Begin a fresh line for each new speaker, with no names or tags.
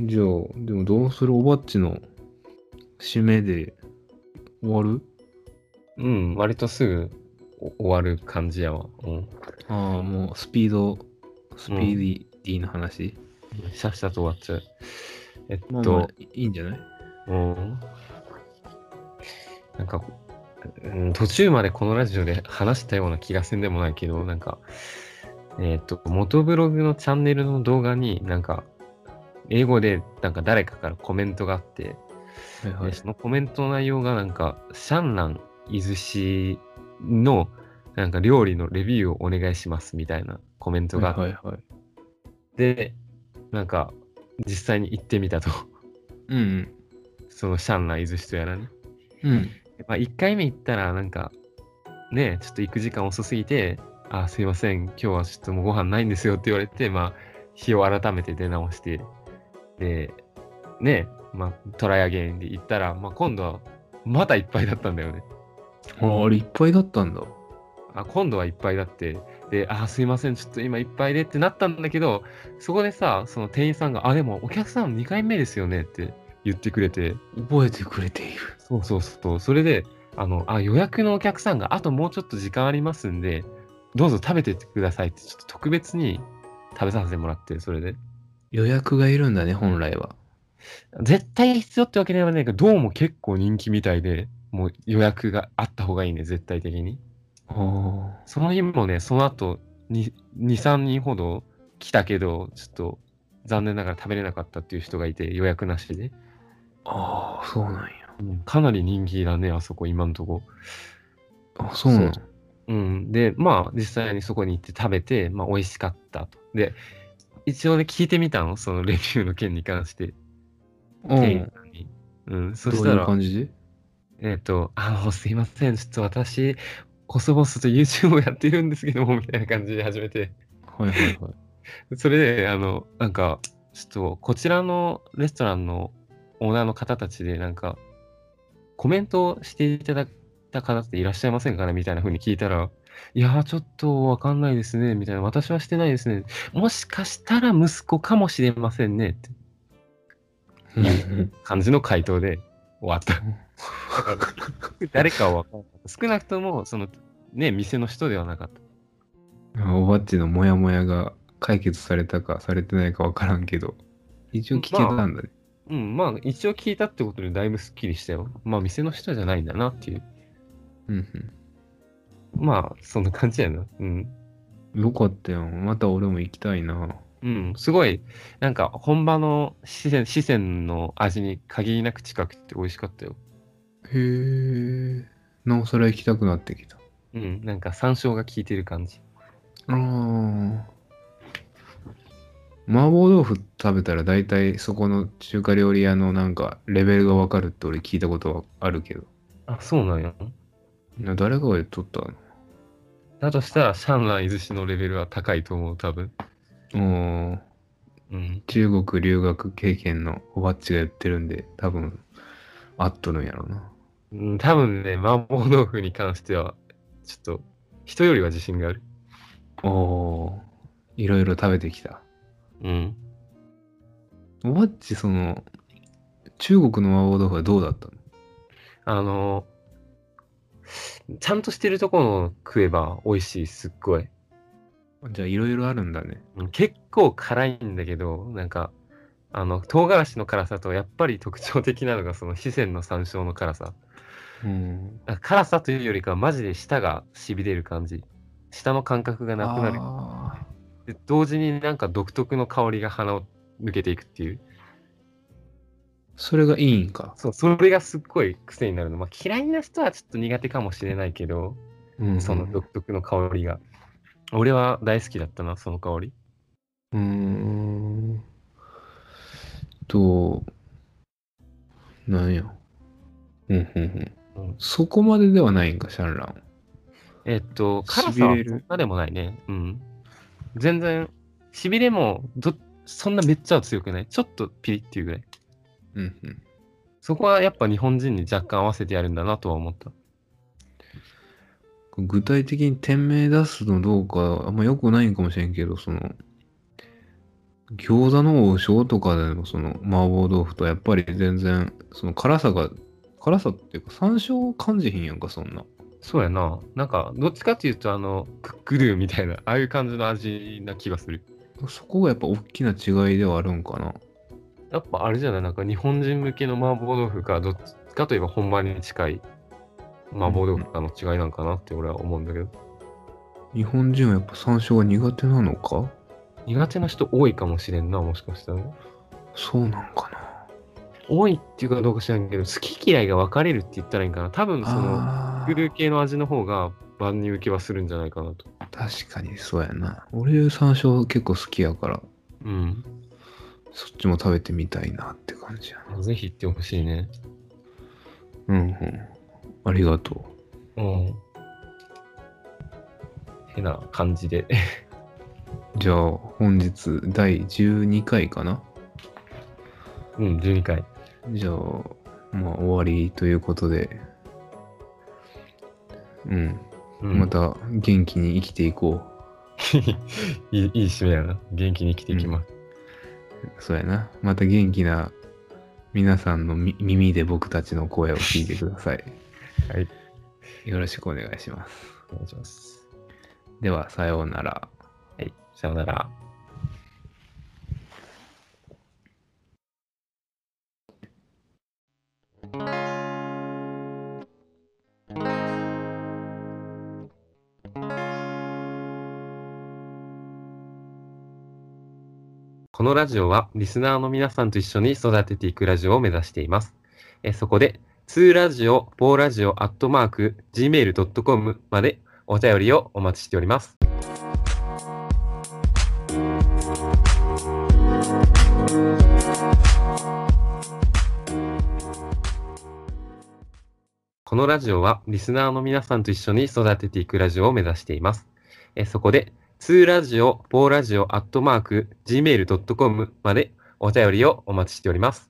じゃあ、でもどうするおばっちの締めで終わる
うん、割とすぐお終わる感じやわ。うん。
ああ、もうスピード、スピーディーな話。
さっさと終わっちゃう。えっと、
まあまあ、いいんじゃない
うん。なんか、うん、途中までこのラジオで話したような気がせんでもないけど、なんか、えーっ、と、元ブログのチャンネルの動画に、なんか、英語で、なんか誰かからコメントがあって、
はいはい
で。そのコメントの内容が、なんか、シャンラン伊豆市の、なんか料理のレビューをお願いしますみたいなコメントがあって、
はいはいはい。
で、なんか、実際に行ってみたと、
うん
そのシャンラン伊豆市とやらね。
うん。うん。
まあ、1回目行ったら、なんか、ねえ、ちょっと行く時間遅すぎて、あ、すいません、今日はちょっともうご飯ないんですよって言われて、まあ、日を改めて出直して、で、ねえ、まあ、トライアゲインで行ったら、まあ、今度は、またいっぱいだったんだよね。
ああ、あれいっぱいだったんだ。
あ、今度はいっぱいだって、で、あ、すいません、ちょっと今いっぱいでってなったんだけど、そこでさ、その店員さんが、あ、でもお客さん2回目ですよねって言ってくれて、
覚えてくれている。
そうそうそう。それで、あの、あ、予約のお客さんが、あともうちょっと時間ありますんで、どうぞ食べてってくださいって、ちょっと特別に食べさせてもらって、それで。
予約がいるんだね、本来は。
絶対必要ってわけではないけど、どうも結構人気みたいで、もう予約があった方がいいね、絶対的に。
ああ。
その日もね、その後、2、3人ほど来たけど、ちょっと残念ながら食べれなかったっていう人がいて、予約なしで。
ああ、そうなんや。
うんかなり人気だね、あそこ、今んとこ。
あ、そうなん
そうん、でまあ実際にそこに行って食べて、まあ、美味しかったと。で一応ね聞いてみたのそのレビューの件に関して
う
店員
ん。
さんに。うん、そ
ど
し
う
た
いう
ら
感じで
えっ、と「あのすいませんちょっと私コソボスと YouTube をやってるんですけども」みたいな感じで始めて
はいはいはい。
それであのなんかちょっとこちらのレストランのオーナーの方たちでなんかコメントをしていただいた方っていらっしゃいませんかねみたいな風に聞いたら「いやーちょっとわかんないですね」みたいな「私はしてないですね」「もしかしたら息子かもしれませんね」って
うん
いう感じの回答で終わった。 誰かは分からなかった少なくともそのね店の人ではなかった。
おばっちのモヤモヤが解決されたかされてないかわからんけど、一応聞けたんだね。
うんまあ一応聞いたってことでだいぶすっきりしたよ。まあ店の人じゃないんだなっていう。
うん
まあ、そんな感じやな。うん。
うん。よかったよ。また俺も行きたいな。
うん、すごい、なんか、本場の四川四川の味に限りなく近くて美味しかったよ。
へえ。なおさら行きたくなってきた。
うん、なんか、山椒が効いてる感じ。
ああ。麻婆豆腐食べたら大体そこの中華料理屋のなんかレベルがわかるって俺聞いたことはあるけど。
あ、そうなんや。
な誰が言っとったの
だとしたら、シャンラン伊豆市のレベルは高いと思う、多分。
おー
うん。
中国留学経験のおばっちが言ってるんで多分合っとるんやろうな。
うん、多分ね、麻婆豆腐に関しては、ちょっと、人よりは自信がある。
おおー。いろいろ食べてきた。
うん。
おばっちその中国の麻婆豆腐はどうだったの
あの、ちゃんとしてるところの食えば美味しい、すっごい。
じゃあいろいろあるんだね。
うん結構辛いんだけど、なんか、あの、唐辛子の辛さと、やっぱり特徴的なのが、その四川の山椒の辛さ。
うん。
あ辛さというよりかは、マジで舌が痺れる感じ。舌の感覚がなくなる
あ。
で同時になんか独特の香りが鼻を抜けていくっていう。
ーそれがいいんか。
そう、それがすっごい癖になるの。まあ、嫌いな人はちょっと苦手かもしれないけど、
うん
その独特の香りが。俺は大好きだったな、その香り。
うーん。と、なんや。うんうんう
うん
ん。そこまでではないんか、シャンラン。
えっと、辛さ
痺
は
れる
そんなでもないね。うん。全然、しびれもど、そんなめっちゃは強くない。ちょっとピリっていうぐらい。
うんうん。
そこはやっぱ日本人に若干合わせてやるんだなとは思った。
具体的に店名出すのどうか、あんま良くないんかもしれんけど、その、餃子の王将とかでもその麻婆豆腐とやっぱり全然その辛さが辛さっていうか山椒を感じひんやんかそんな
そうやな。なんか、どっちかっていうと、あの、クックドゥみたいな、ああいう感じの味な気がする。
そこがやっぱ大きな違いではあるんかな
やっぱあれじゃないなんか日本人向けの麻婆豆腐か、どっちかといえば本場に近い麻婆豆腐かの違いなんかなって俺は思うんだけど。
日本人はやっぱ山椒が苦手なのか
苦手な人多いかもしれんな、もしかしたらね。
そうなんかな
多いっていうかどうか知らんけど、好き嫌いが分かれるって言ったらいいんかな。多分その、
あ
クックドゥ系の味の方が万人受けはするんじゃないかなと。
ー確かにそうやな俺山椒結構好きやから
うん。
そっちも食べてみたいなって感じやな
ぜひ行ってほしいね。
うんうんありがと
うん。てな感じ で。
うじゃあ本日第12回かな
うん、12回。
じゃあ、まあ、終わりということで、うん、
うん、
また元気に生きていこ
いい、いい締めやな。元気に生きていきます。
う。そうやな。また元気な皆さんのみ耳で僕たちの声を聞いてください。
はい。
よろしくお願いします。
お願いします。
では、さようなら。
はい。さようなら。このラジオはリスナーの皆さんと一緒に育てていくラジオを目指しています。えそこで、2ラジオ、4ラジオ、アットマーク、gmail.com までお便りをお待ちしております。このラジオはリスナーの皆さんと一緒に育てていくラジオを目指しています。えそこで、2ラジオ、4ラジオ、アットマーク、gmail.com までお便りをお待ちしております。